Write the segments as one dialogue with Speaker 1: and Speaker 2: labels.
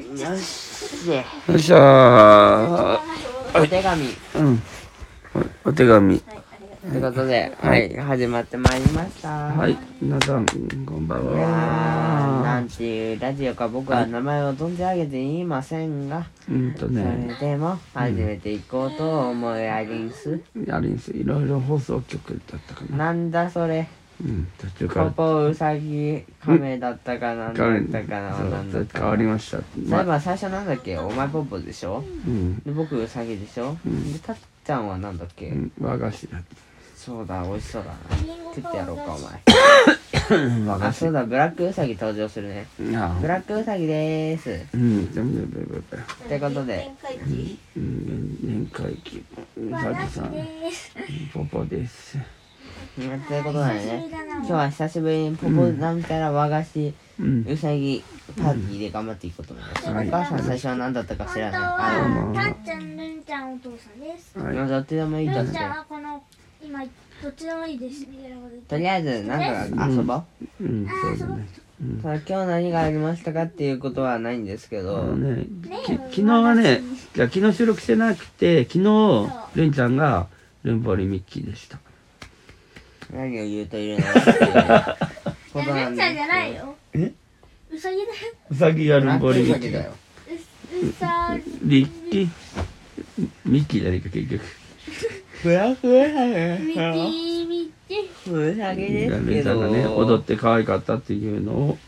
Speaker 1: よしで
Speaker 2: よっしゃ
Speaker 1: お手紙
Speaker 2: ー。うん。おお手紙。
Speaker 1: ということで、はい、始まってまいりました。。
Speaker 2: はいい。皆さん、こんばん
Speaker 1: な
Speaker 2: は。
Speaker 1: んていうラジオか僕は名前を存じ上げていませんが、
Speaker 2: うん
Speaker 1: そ
Speaker 2: と
Speaker 1: れ
Speaker 2: ね、
Speaker 1: でも始めていこうと思いありんす。
Speaker 2: あれですいろいろ放送局だったかな。
Speaker 1: なんだそれ、
Speaker 2: うん。途中か
Speaker 1: こ
Speaker 2: ら。
Speaker 1: こウサギ亀だったかなん
Speaker 2: 変わ
Speaker 1: だ
Speaker 2: り
Speaker 1: ったかな、なんだ
Speaker 2: そ
Speaker 1: っ
Speaker 2: う
Speaker 1: た
Speaker 2: 変
Speaker 1: か
Speaker 2: わり
Speaker 1: な。
Speaker 2: ました。
Speaker 1: そういえ
Speaker 2: ま
Speaker 1: ば最初なんだっけお前ポッポでしょ
Speaker 2: うん。
Speaker 1: で僕ウサギでしょ、でたっちゃんはなんだっけ、
Speaker 2: うん和菓子だっ
Speaker 1: そうだ美味しそうだな食ってやろうかお前
Speaker 2: た。和
Speaker 1: あ
Speaker 2: 菓子
Speaker 1: そう。だブラックウサギ登場するね
Speaker 2: あ
Speaker 1: ブラックウサギでーす
Speaker 2: うん、全部全部全部。
Speaker 1: ってことで
Speaker 2: うん、年会期。うさぎさん、ポポです。
Speaker 1: うんってことだね今日
Speaker 3: は
Speaker 1: は久しぶりにポポなんから和菓子
Speaker 2: うん。
Speaker 1: ウサギパーティーで頑張っていこうと思います、
Speaker 2: はい
Speaker 1: お母さん最初は何だったか知らないあの
Speaker 3: はたっちゃん、るんちゃんお父さんです。
Speaker 2: はい
Speaker 1: ま。あどっちでもいいと
Speaker 3: るん
Speaker 1: し
Speaker 3: ち
Speaker 1: て
Speaker 3: ゃんはこの今どっちでもいいですみたいなこと言って。
Speaker 1: とりあえずなんか遊ぼう、
Speaker 2: うん、そうだね。
Speaker 1: ただ今日何がありましたかっていうことはないんですけ
Speaker 2: あ
Speaker 1: ど、
Speaker 2: のね、
Speaker 3: ね
Speaker 2: き昨日はね、じゃ昨日収録してなくて、昨日、るんちゃんが、ルンボリミッキーでした。
Speaker 1: 何を言うといるのっていうこと
Speaker 3: る
Speaker 1: なん
Speaker 3: ん
Speaker 1: で
Speaker 3: ち
Speaker 1: す
Speaker 3: ゃん
Speaker 1: け
Speaker 3: じゃないよ。
Speaker 2: え
Speaker 3: うさぎだよ。
Speaker 2: うさぎが
Speaker 1: ど
Speaker 2: ルンボリミ
Speaker 1: ブラックウサ
Speaker 2: ッキ
Speaker 1: ギ
Speaker 2: ー
Speaker 1: だよ。
Speaker 3: ううさ
Speaker 2: リッキーミッキーじゃねえか、結局。
Speaker 1: ブラックウサギだ
Speaker 3: ぎ。みちみち。
Speaker 1: ウサギ
Speaker 2: ル
Speaker 1: です
Speaker 2: ン
Speaker 1: け
Speaker 2: ちゃん
Speaker 1: ど
Speaker 2: がね、踊って可愛かったっていうのを、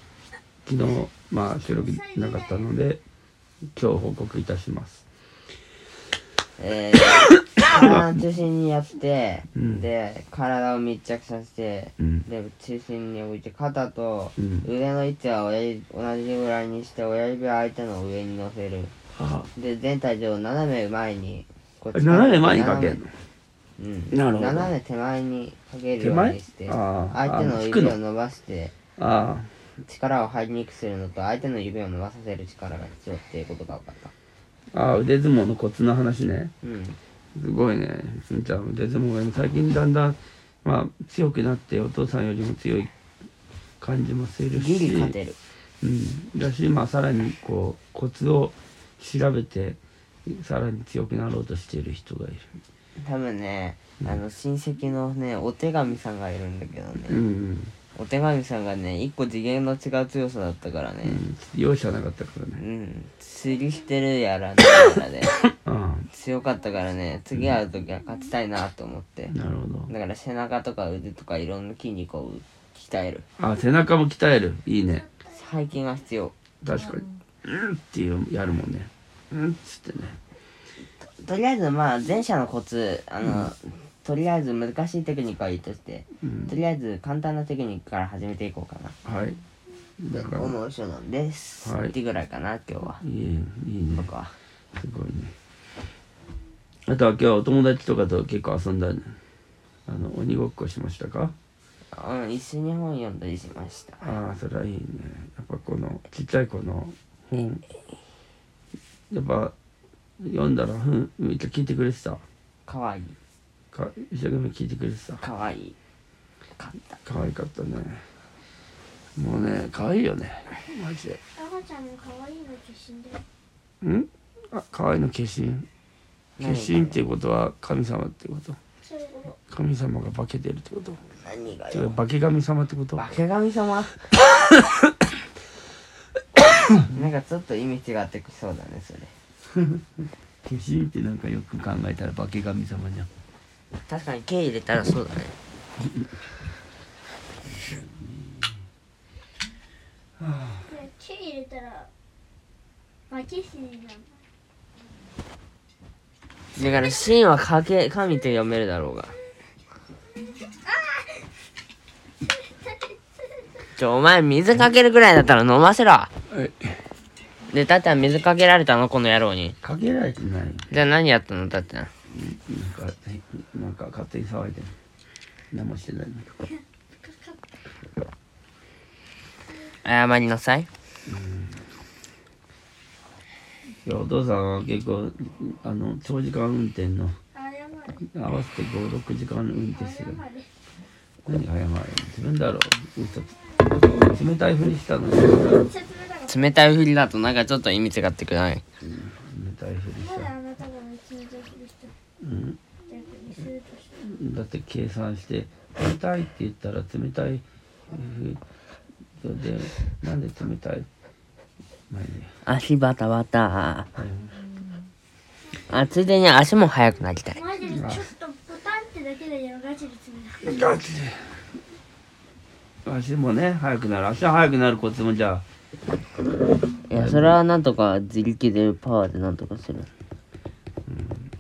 Speaker 2: 昨日、まあ、収録なかったので、今日報告いたします。
Speaker 1: えー、体を中心にやって、
Speaker 2: うん
Speaker 1: で体を密着させて、
Speaker 2: うん
Speaker 1: で中心に置いて肩と
Speaker 2: うん
Speaker 1: 腕の位置は親指同じぐらいにして親指は相手の上に乗せる
Speaker 2: あ
Speaker 1: で全体重を斜め前にこう
Speaker 2: 斜め前にかけるの
Speaker 1: うん、
Speaker 2: なるほど
Speaker 1: 斜め手前にかける
Speaker 2: 手
Speaker 1: よう
Speaker 2: 前
Speaker 1: にして
Speaker 2: ああ
Speaker 1: 相手
Speaker 2: あ
Speaker 1: の
Speaker 2: の
Speaker 1: 指
Speaker 2: 引
Speaker 1: を
Speaker 2: くの
Speaker 1: 伸ばして
Speaker 2: ああ
Speaker 1: 力を入りにくくするのと相手の指を伸ばさせる力が必要っていうことが分かった
Speaker 2: ああ腕相撲のコツの話ね
Speaker 1: うん
Speaker 2: すごいねすんちゃん腕相撲が最近だんだん、まあ、強くなってお父さんよりも強い感じもするし
Speaker 1: ギリ勝てる
Speaker 2: うん、だし、まあ、さらにこうコツを調べてさらに強くなろうとしている人がいる
Speaker 1: 多分ねあの親戚のねお手紙さんがいるんだけどね、
Speaker 2: うん、
Speaker 1: お手紙さんがね一個次元の違う強さだったからね
Speaker 2: うん、容赦なかったから
Speaker 1: う
Speaker 2: ね
Speaker 1: ん釣りしてるやらなんやらで
Speaker 2: あ
Speaker 1: 強かったからね次会う時は勝ちたいなと思って
Speaker 2: あなるほど
Speaker 1: だから背中とか腕とかいろんな筋肉を鍛える
Speaker 2: あ背中も鍛えるいいね
Speaker 1: 背筋は必要
Speaker 2: 確かに「うん」っていうやるもんね「うん」っつってね
Speaker 1: とりあえずまあ前者のコツあの、とりあえず難しいテクニックはいいとして、
Speaker 2: うん
Speaker 1: とりあえず簡単なテクニックから始めていこうかな
Speaker 2: はいだから
Speaker 1: 思う所なんです、
Speaker 2: は
Speaker 1: っ
Speaker 2: い
Speaker 1: てぐらいかな今日はい
Speaker 2: いねいいね
Speaker 1: 僕は
Speaker 2: すごいねあとは今日はお友達とかと結構遊んだねあの鬼ごっこしましたか
Speaker 1: うん一緒に本読んだりしました
Speaker 2: ああそれはいいねやっぱこのちっちゃい子の本やっぱ読んだらふんめっちゃ聞いてくれてた
Speaker 1: かわいい
Speaker 2: か一生懸命聞いてくれてた
Speaker 1: かわいいかった
Speaker 2: 可愛かったねもうね可愛いよねマジで
Speaker 3: 赤ちゃんも可愛いの出身だよ。
Speaker 2: うんあ可愛いの化身化身っていうことは神様ってこと
Speaker 3: そういうこ
Speaker 2: 神様が化けてるってこと
Speaker 1: 何が
Speaker 2: 違う
Speaker 1: よ
Speaker 2: 化け神様ってこと
Speaker 1: 化神 様 なんかちょっと意味違ってきそうだねそれ
Speaker 2: 化身ってなんかよく考えたら化け神様じゃん
Speaker 1: 確かに毛入れたらそうだね
Speaker 3: と。で手入れたらマキシになる。
Speaker 1: だから神はかけ神と読めるだろうがちょお前水かけるぐらいだったら飲ませろ
Speaker 2: え
Speaker 1: でたっちゃん水かけられたのこの野郎に
Speaker 2: かけられてないよ
Speaker 1: じゃあ何やったのたっちゃん
Speaker 2: なんかなんか勝手に騒いでる何もしてないのに
Speaker 1: 謝りなさい
Speaker 2: いやお父さんは結構あの長時間運転の
Speaker 3: 謝れ。
Speaker 2: 合わせて56時間運転して
Speaker 3: 謝
Speaker 2: る
Speaker 3: れ。
Speaker 2: 何が謝る自分だろう嘘冷たいふりしたのに
Speaker 3: 説明だから。
Speaker 1: 冷たい振りだとなんかちょっと意味違ってくない
Speaker 2: 冷たいふり
Speaker 3: まだ
Speaker 2: さ
Speaker 3: あなたがめっちゃめちゃする人
Speaker 2: うん
Speaker 3: 逆にするとしたら
Speaker 2: だって計算して冷たいって言ったら冷たいふうでなんで冷たいまあいいや
Speaker 1: 足バタバタ
Speaker 2: はい
Speaker 1: あついでに足も速くなりたい
Speaker 3: マジでちょっとポタンってだけだけどガチで冷
Speaker 2: ガチで足もね速くなる足は速くなるコツもじゃあ
Speaker 1: いやそれはなんとか自力でパワーでなんとかする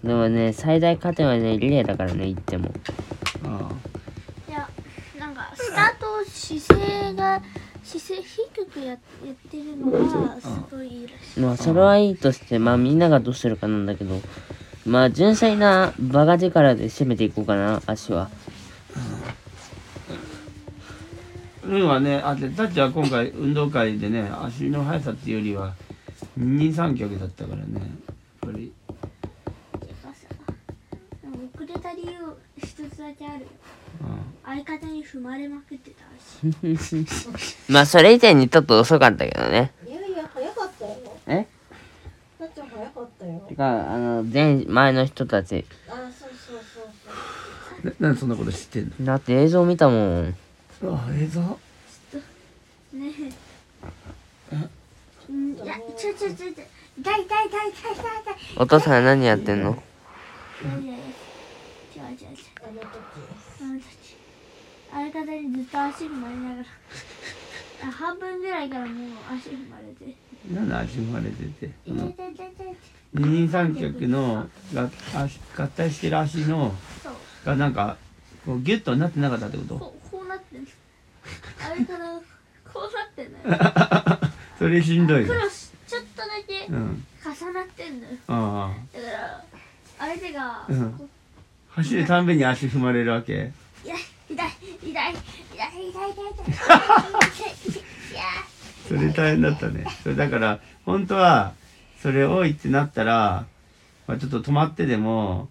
Speaker 1: でもね最大加点はねリレーだからね行っても
Speaker 2: あ
Speaker 3: たいいやなんかスタート姿勢が姿勢低くややってるのがすごいいいらしい
Speaker 1: まあそれはいいとしてまあみんながどうするかなんだけどまあ純粋なバカ力で攻めていこうかな足は
Speaker 2: あうんはねあでタッチは今回運動会でね足の速さっていうよりは二三脚だったからねやっぱり
Speaker 3: 朝遅れた理由一つだけある
Speaker 2: あ
Speaker 3: 相方に踏まれまくってたし
Speaker 1: まあそれ以前にちょっと遅かったけどね
Speaker 4: いやいや早かったよ
Speaker 1: え
Speaker 4: たっちゃん早かったよ
Speaker 1: てかあの前前の人たち
Speaker 4: あそうそうそうそう
Speaker 2: あななんでそんなこと知ってんの
Speaker 1: だって映像見たもん
Speaker 2: あ映像
Speaker 3: ねえうんいやちょちょちょちょ痛い痛い痛い痛い痛い痛い
Speaker 1: お父さん何やってんの
Speaker 3: いやいやいや違う違う違う
Speaker 4: あの時
Speaker 3: あの時相方にずっと足踏まれながらあ半分ぐらいからもう足踏まれて
Speaker 2: なんで足踏まれててそ
Speaker 3: 痛い
Speaker 2: の
Speaker 3: 痛い痛い痛い
Speaker 2: 二人三脚のが足合体してる足の
Speaker 3: そう
Speaker 2: がなんかこうギュッとなってなかったってこと
Speaker 3: こうこうなってんの相方がこうなってんのよ
Speaker 2: それしんどい
Speaker 3: ク
Speaker 2: な
Speaker 3: ロスちょっとだけ
Speaker 2: うん
Speaker 3: 重なってんのよ
Speaker 2: ああ
Speaker 3: だから相手が、
Speaker 2: うん
Speaker 3: こ
Speaker 2: 走るたんびに足踏まれるわけ
Speaker 3: う痛い痛い痛い痛い痛い痛い痛い痛い痛いいや
Speaker 2: それ大変だったねそれだから本当はそれ多いってなったら、まあ、ちょっと止まってでも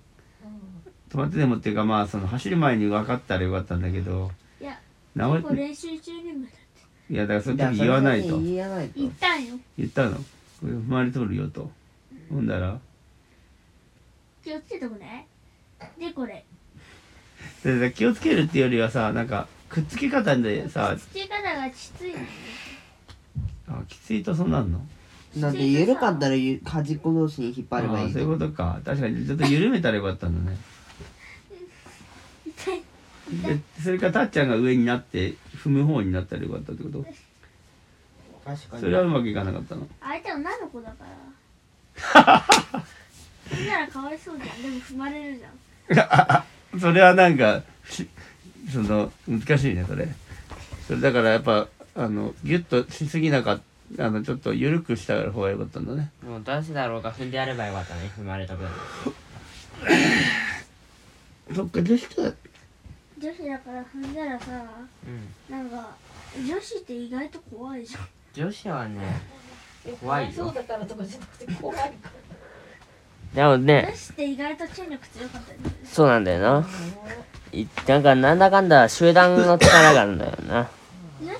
Speaker 2: 止まってでもっていうかまあその走る前に分かったらよかったんだけど
Speaker 3: いや
Speaker 2: 直
Speaker 3: 結構練習中にも
Speaker 2: いやだからその時言わないと
Speaker 1: 言わないと
Speaker 3: 言ったんよ
Speaker 2: 言ったのこれ踏まれとるよとほんだら
Speaker 3: 気をつけてもねでこれ
Speaker 2: でで気をつけるっていうよりはさなんかくっつけ方でさ
Speaker 3: つけ方がきついのよ
Speaker 2: あきついとそうなんの
Speaker 1: なんで緩かったらゆ端っこ同士に引っ張れば
Speaker 2: あ
Speaker 1: いい
Speaker 2: そういうことか確かにちょっと緩めたらよかったんだね
Speaker 3: 痛い
Speaker 2: でそれからたっちゃんが上になって踏む方になったらよかったってこと
Speaker 1: 確か
Speaker 2: それはうまくいかなかったの
Speaker 3: 相手女の子だからそんならかわいそうじゃんでも踏まれるじゃん
Speaker 2: それはなんかしその難しいねそれそれだからやっぱあのギュッとしすぎなかったあのちょっと緩くした方が良かったんだね
Speaker 1: もう男子だろうが踏んでやればよかったね踏まれた分
Speaker 2: そっか女子だ
Speaker 3: 女子だから踏んだらさ
Speaker 1: うん
Speaker 3: なんか女子って意外と怖いじゃん
Speaker 1: 女子はね
Speaker 4: え
Speaker 1: 怖いよ
Speaker 4: そうだからとかじゃなくて怖いから
Speaker 1: でも
Speaker 3: 女
Speaker 1: ね
Speaker 3: 子って意外と権力強かったりする
Speaker 1: そうなんだよないなんかなんだかんだ集団の力があるんだよな
Speaker 3: 女子なん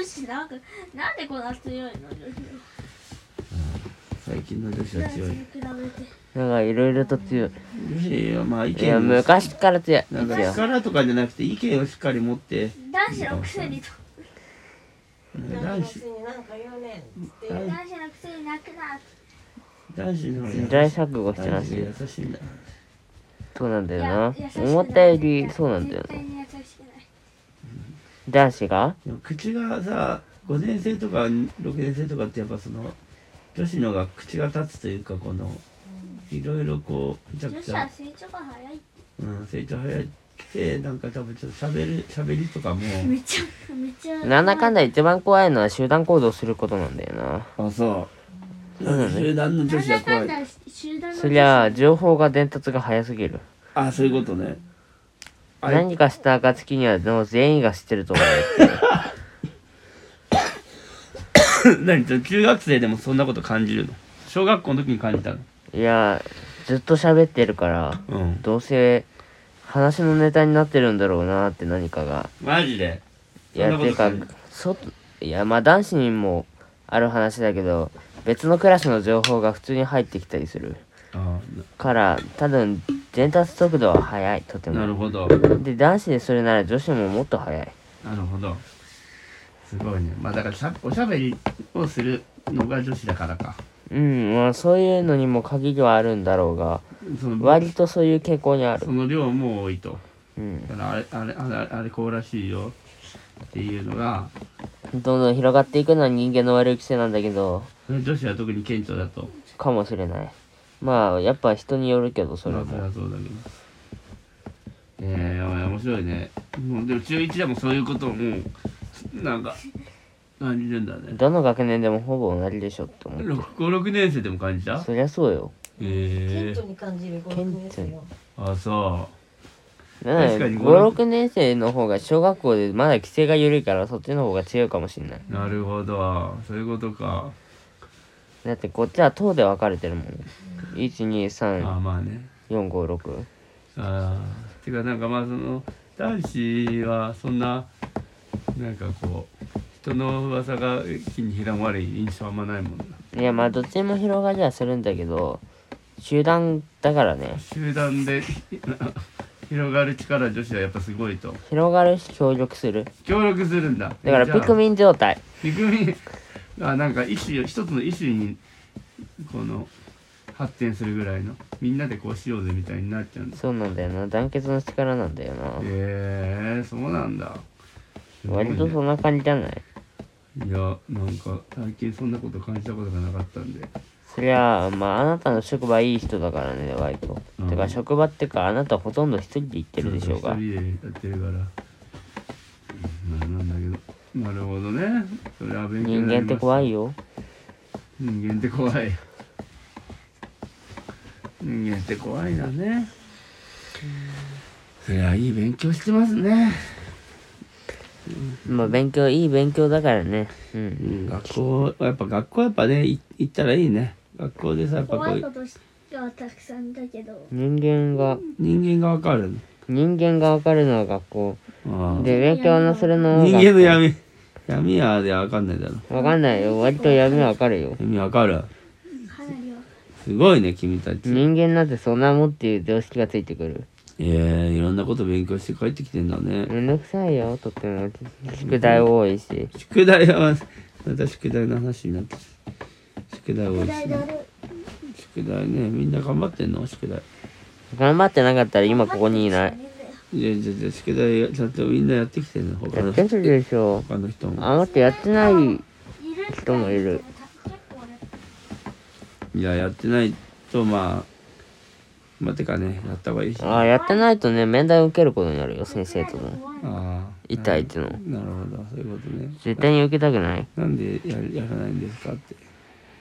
Speaker 3: 女子なんかなんでこんな強いの女子
Speaker 2: 最近の女子は
Speaker 3: は男子
Speaker 2: 強い
Speaker 3: に比べて
Speaker 1: なんかいろいろと強い
Speaker 2: 女子はまあ意
Speaker 1: いや
Speaker 2: 見を
Speaker 1: 昔から強い
Speaker 2: なんか
Speaker 1: 強い
Speaker 2: 力とかじゃなくて意見をしっかり持って
Speaker 3: 男子のくせにと
Speaker 4: なん
Speaker 2: 男子
Speaker 4: か別になんか言うねんって
Speaker 2: う
Speaker 4: 言
Speaker 2: ん
Speaker 4: う
Speaker 3: 男子のくせに泣くな
Speaker 2: 男子の方が優しい
Speaker 1: 時代錯誤してま
Speaker 2: 男
Speaker 1: す
Speaker 2: 子
Speaker 1: よ
Speaker 2: が優しいんだ
Speaker 1: そうなんだ
Speaker 3: い
Speaker 1: よ
Speaker 3: や
Speaker 1: な
Speaker 3: 優しくない
Speaker 1: 思ったよりそうなんだよ
Speaker 3: 絶対
Speaker 1: な
Speaker 3: に優しくない
Speaker 1: 男子が
Speaker 2: でも口がさ5年生とか6年生とかってやっぱその女子の方が口が立つというかこのいろいろこうめちゃく
Speaker 3: 女
Speaker 2: ち
Speaker 3: 子は
Speaker 2: ゃ、
Speaker 3: 成長が早い
Speaker 2: うん、成長早くてなんか多分ちょっと喋る喋りとかも
Speaker 3: めちゃめちゃ
Speaker 1: なんだかんだ一番怖いのは集団行動することなんだよな
Speaker 2: あそう集団の
Speaker 3: な
Speaker 2: 女
Speaker 3: ん
Speaker 2: 子は
Speaker 3: だか
Speaker 2: 怖
Speaker 3: んだ
Speaker 2: い
Speaker 3: 集団の
Speaker 1: そりゃあ情報が伝達が早すぎる
Speaker 2: あそういうことね あれ
Speaker 1: 何かした暁にはもう全員が知ってると思う
Speaker 2: 何ちょ中学生でもそんなこと感じるの小学校の時に感じたの
Speaker 1: いやずっと喋ってるから
Speaker 2: うん
Speaker 1: どうせ話のネタになってるんだろうなって何かが
Speaker 2: マジで
Speaker 1: いや
Speaker 2: そんなこと
Speaker 1: てか
Speaker 2: する
Speaker 1: 外いやまあ男子にもある話だけど別のクラスの情報が普通に入ってきたりする
Speaker 2: あ
Speaker 1: から多分伝達速度は速いとて
Speaker 2: あななる
Speaker 1: も
Speaker 2: ほど
Speaker 1: で男子でそれなら女子ももっと速い
Speaker 2: なるほどすごいねまあだからしゃおしゃべりをするのが女子だからか
Speaker 1: うんまあそういうのにも限りはあるんだろうが
Speaker 2: その
Speaker 1: 割とそういう傾向にある
Speaker 2: その量も多いと
Speaker 1: うん
Speaker 2: だからあれあれあれあれこうらしいよっていうのが
Speaker 1: どんどん広がっていくのは人間の悪い癖なんだけど
Speaker 2: それ女子は特に顕著だと
Speaker 1: かもしれないまあやっぱ人によるけどそれ
Speaker 2: まあ
Speaker 1: も
Speaker 2: そりゃそうだけどえー、面白いねもうでも中1でもそういうことをもうなんか感じるんだね
Speaker 1: どの学年でもほぼ同じでしょって思う
Speaker 2: 56年生でも感じた
Speaker 1: そりゃそうよ
Speaker 2: ええ
Speaker 4: 顕著に感じる語学ですよ。
Speaker 2: あそう
Speaker 1: なの
Speaker 2: 確か
Speaker 1: で
Speaker 2: に
Speaker 1: 56年生の方が小学校でまだ規制が緩いからそっちの方が強いかもしんない
Speaker 2: なるほどそういうことか
Speaker 1: だってこっちは等で分かれてるもん
Speaker 2: あ
Speaker 1: 12345
Speaker 2: ーまあね
Speaker 1: 6
Speaker 2: ああてかなんかまあその男子はそんななんかこう人の噂が一気に広まる印象あんまないもんない
Speaker 1: やまあどっちも広がりはするんだけど集団だからね
Speaker 2: 集団で 広がる力女子はやっぱすごいと
Speaker 1: 広がるし協力する
Speaker 2: 協力するんだ
Speaker 1: だから
Speaker 2: じゃあ
Speaker 1: ピクミン状態
Speaker 2: ピクミンあなんか一種一つの一種にこの発展するぐらいのみんなでこうしようぜみたいになっちゃうんだ
Speaker 1: そうなんだよな団結の力なんだよな
Speaker 2: へえそうなんだすごいね
Speaker 1: 割とそんな感じじゃない
Speaker 2: いやなんか最近そんなこと感じたことがなかったんで
Speaker 1: そりゃあまああなたの職場いい人だからね割と、
Speaker 2: うん
Speaker 1: てか職場ってかあなたほとんど一人で行ってるでしょう
Speaker 2: そ
Speaker 1: が
Speaker 2: 一人でやってるからうんなんだけどなるほどねそれは勉強に
Speaker 1: 人
Speaker 2: な
Speaker 1: 間っ
Speaker 2: りましてた
Speaker 1: 怖いよ
Speaker 2: 人間って怖い人間って怖いだねそりゃいい勉強してますね、
Speaker 1: まあ勉強いい勉強だからねうん
Speaker 2: うん、学校やっぱ学校やっぱねい行ったらいいね学校でさやっぱこ
Speaker 3: 怖いうことがたくさんだけど
Speaker 1: 人間が
Speaker 2: 人間がわかる
Speaker 1: 人間が分かるのは学校
Speaker 2: ああ
Speaker 1: で勉強のするのは
Speaker 2: 人間の
Speaker 1: 学
Speaker 2: 闇闇はでわかんないだろ
Speaker 1: 校わかんないよ割と闇わかるよ
Speaker 2: 闇わかる
Speaker 3: かなりは
Speaker 2: すごいね君たち
Speaker 1: 人間なんてそんなもんっていう常識がついてくる
Speaker 2: えー、いろんなこと勉強して帰ってきてんだね
Speaker 1: めんどくさいよとっても宿題多いし
Speaker 2: 宿題はまた宿題の話になって宿題多いし
Speaker 3: 大だる
Speaker 2: 宿題ねみんな頑張ってんの宿題
Speaker 1: 頑張ってなかったら今ここにいない
Speaker 2: じゃじゃじゃ宿題ちゃんとみんなやってきてんの他
Speaker 1: や
Speaker 2: の
Speaker 1: って
Speaker 2: 人
Speaker 1: るでしょ
Speaker 2: 他の人も
Speaker 1: あ待ってやってない
Speaker 3: いる
Speaker 1: 人もいる
Speaker 2: いややってないとまあまあてかねやった方がいいしあ
Speaker 1: ああやってないとね面談受けることになるよ先生とも
Speaker 2: あ
Speaker 1: 痛いっていうの
Speaker 2: なるほどそういうことね
Speaker 1: 絶対に受けたくない
Speaker 2: なんでややらないんですかって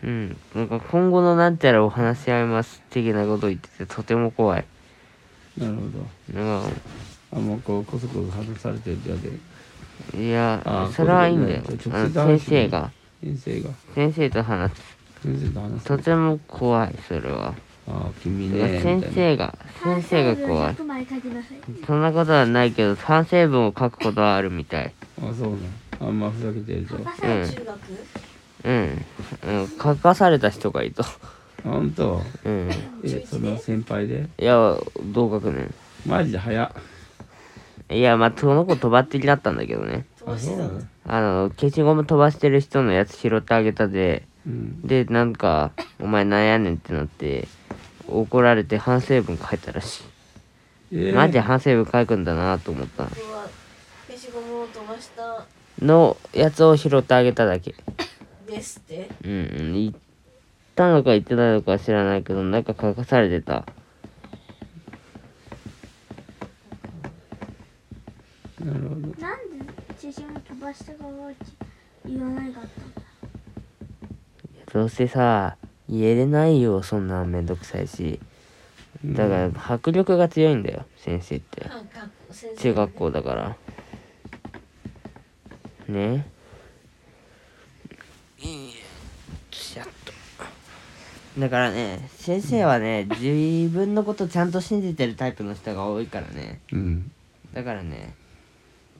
Speaker 1: うんなんか今後のなんてやらお話し合います的なことを言っててとても怖い
Speaker 2: なるほ
Speaker 1: なんか
Speaker 2: どあんまこうこそこそ話されてるじゃで
Speaker 1: いや
Speaker 2: あー
Speaker 1: それはいいんだよ
Speaker 2: こういうことね
Speaker 1: あの
Speaker 2: 直
Speaker 1: 先生
Speaker 2: 接話すね
Speaker 1: が
Speaker 2: 先生が
Speaker 1: 先生と話す
Speaker 2: 先生と話す
Speaker 1: とても怖いそれは、
Speaker 2: ああ君
Speaker 1: いや
Speaker 2: ねみた
Speaker 1: 先生
Speaker 2: いな
Speaker 1: が先生が怖い
Speaker 3: 100枚書きなさい
Speaker 1: そんなことはないけど反省文を書くことはあるみたい
Speaker 2: あそうなんあんまふざけてると
Speaker 4: まさに中学
Speaker 1: うん、うん、書かされた人がいた
Speaker 2: あほんと
Speaker 1: うん
Speaker 2: えその先輩で
Speaker 1: いや同学年
Speaker 2: マジで早っ
Speaker 1: いやまあその子飛ばってきだったんだけどね
Speaker 4: 飛ばしてたの。
Speaker 1: あの消しゴム飛ばしてる人のやつ拾ってあげたで
Speaker 2: うん
Speaker 1: でなんか「お前なんやねん」ってなって怒られて反省文書いたらしい、
Speaker 2: えー
Speaker 1: マジで反省文書くんだなと思った
Speaker 4: 僕は消しゴムを飛ばした
Speaker 1: のやつを拾ってあげただけ
Speaker 4: ですって。
Speaker 1: うんうん言ったのか言ってないのかは知らないけどなんか書かされてた
Speaker 2: なるほど
Speaker 3: なんで写真を飛ばしたかは言わないかった
Speaker 1: どうせさ言えれないよそんなんめんどくさいしだから迫力が強いんだよ先生って
Speaker 4: なんか先生
Speaker 1: 中学校だからねいいやよいしょっとだからね先生はね自分のことちゃんと信じてるタイプの人が多いからね
Speaker 2: うん
Speaker 1: だからね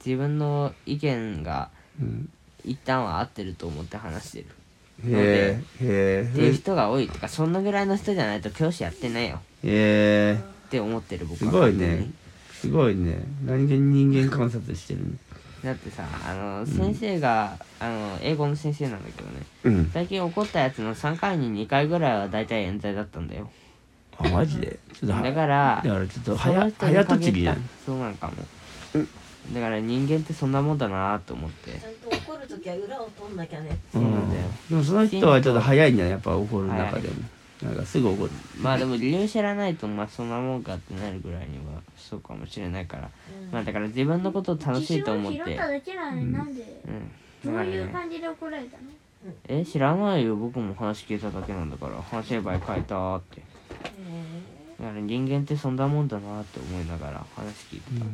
Speaker 1: 自分の意見が
Speaker 2: うん
Speaker 1: 一旦は合ってると思って話してる
Speaker 2: へえ
Speaker 1: っ
Speaker 2: へ
Speaker 1: ていう人が多いとかそんなぐらいの人じゃないと教師やってないよ
Speaker 2: えへ
Speaker 1: っ
Speaker 2: え
Speaker 1: て思ってる僕
Speaker 2: す
Speaker 1: は
Speaker 2: ごいねすごいね何気に人間観察してるね
Speaker 1: だってさあの先生が、あの英語の先生なんだけどね
Speaker 2: うん
Speaker 1: 最近怒ったやつの3回に2回ぐらいは大体冤罪だったんだよ
Speaker 2: あマジでちょっとは
Speaker 1: だから
Speaker 2: だからちょっ
Speaker 1: その
Speaker 2: と早
Speaker 1: 人に
Speaker 2: 早と
Speaker 1: 限
Speaker 2: ち
Speaker 1: っ
Speaker 2: りだ
Speaker 1: たそうなんかもだから人間ってそんなもんだなと思って
Speaker 4: ちゃんと怒るときは裏を取んなきゃね。
Speaker 1: そうなんだよ
Speaker 2: でもその人はちょっと早いんじゃないやっぱ怒る中でもなんかすぐ怒る
Speaker 1: まあでも理由知らないとまあそんなもんかってなるぐらいにはそうかもしれないからまあだから自分のことを楽しいと思っ
Speaker 3: 自信
Speaker 1: て
Speaker 3: を拾っただけなのになんで、
Speaker 1: うん
Speaker 3: ど
Speaker 1: だから
Speaker 3: ういう
Speaker 1: ね
Speaker 3: 感じで怒られたの
Speaker 1: え知らないよ僕も話聞いただけなんだから話せば書いたーって
Speaker 4: え
Speaker 1: だから人間ってそんなもんだなって思いながら話聞いてた、あ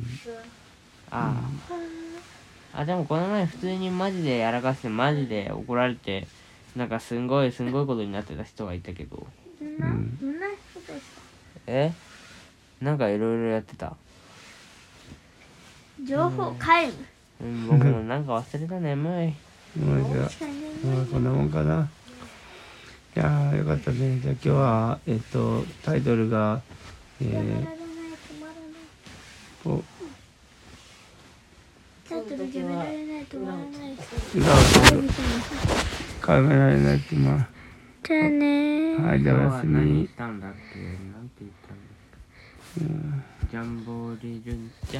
Speaker 1: ああでもこの前普通にマジでやらかしてマジで怒られてなんかすんごいすんごいことになってた人がいたけど
Speaker 3: そんな、そんなことし
Speaker 1: えなんかいろいろやってた
Speaker 3: た情報皆無
Speaker 1: うん僕もなんか忘れた眠い
Speaker 2: もうじゃあ
Speaker 3: しかいない
Speaker 2: まあこんなもんかな。いやーよかったね。じゃあ今日はえっとタイトルが、え
Speaker 3: やめられ
Speaker 2: ー
Speaker 3: ない止まらない
Speaker 2: お
Speaker 3: タイトル決められない止まらない
Speaker 2: 裏を取る考えられないってま
Speaker 3: じゃあね
Speaker 2: あ
Speaker 3: ー
Speaker 2: はいじゃあおやすみ。
Speaker 1: たんだっけなんて言ったんだっけジャンボリルンちゃん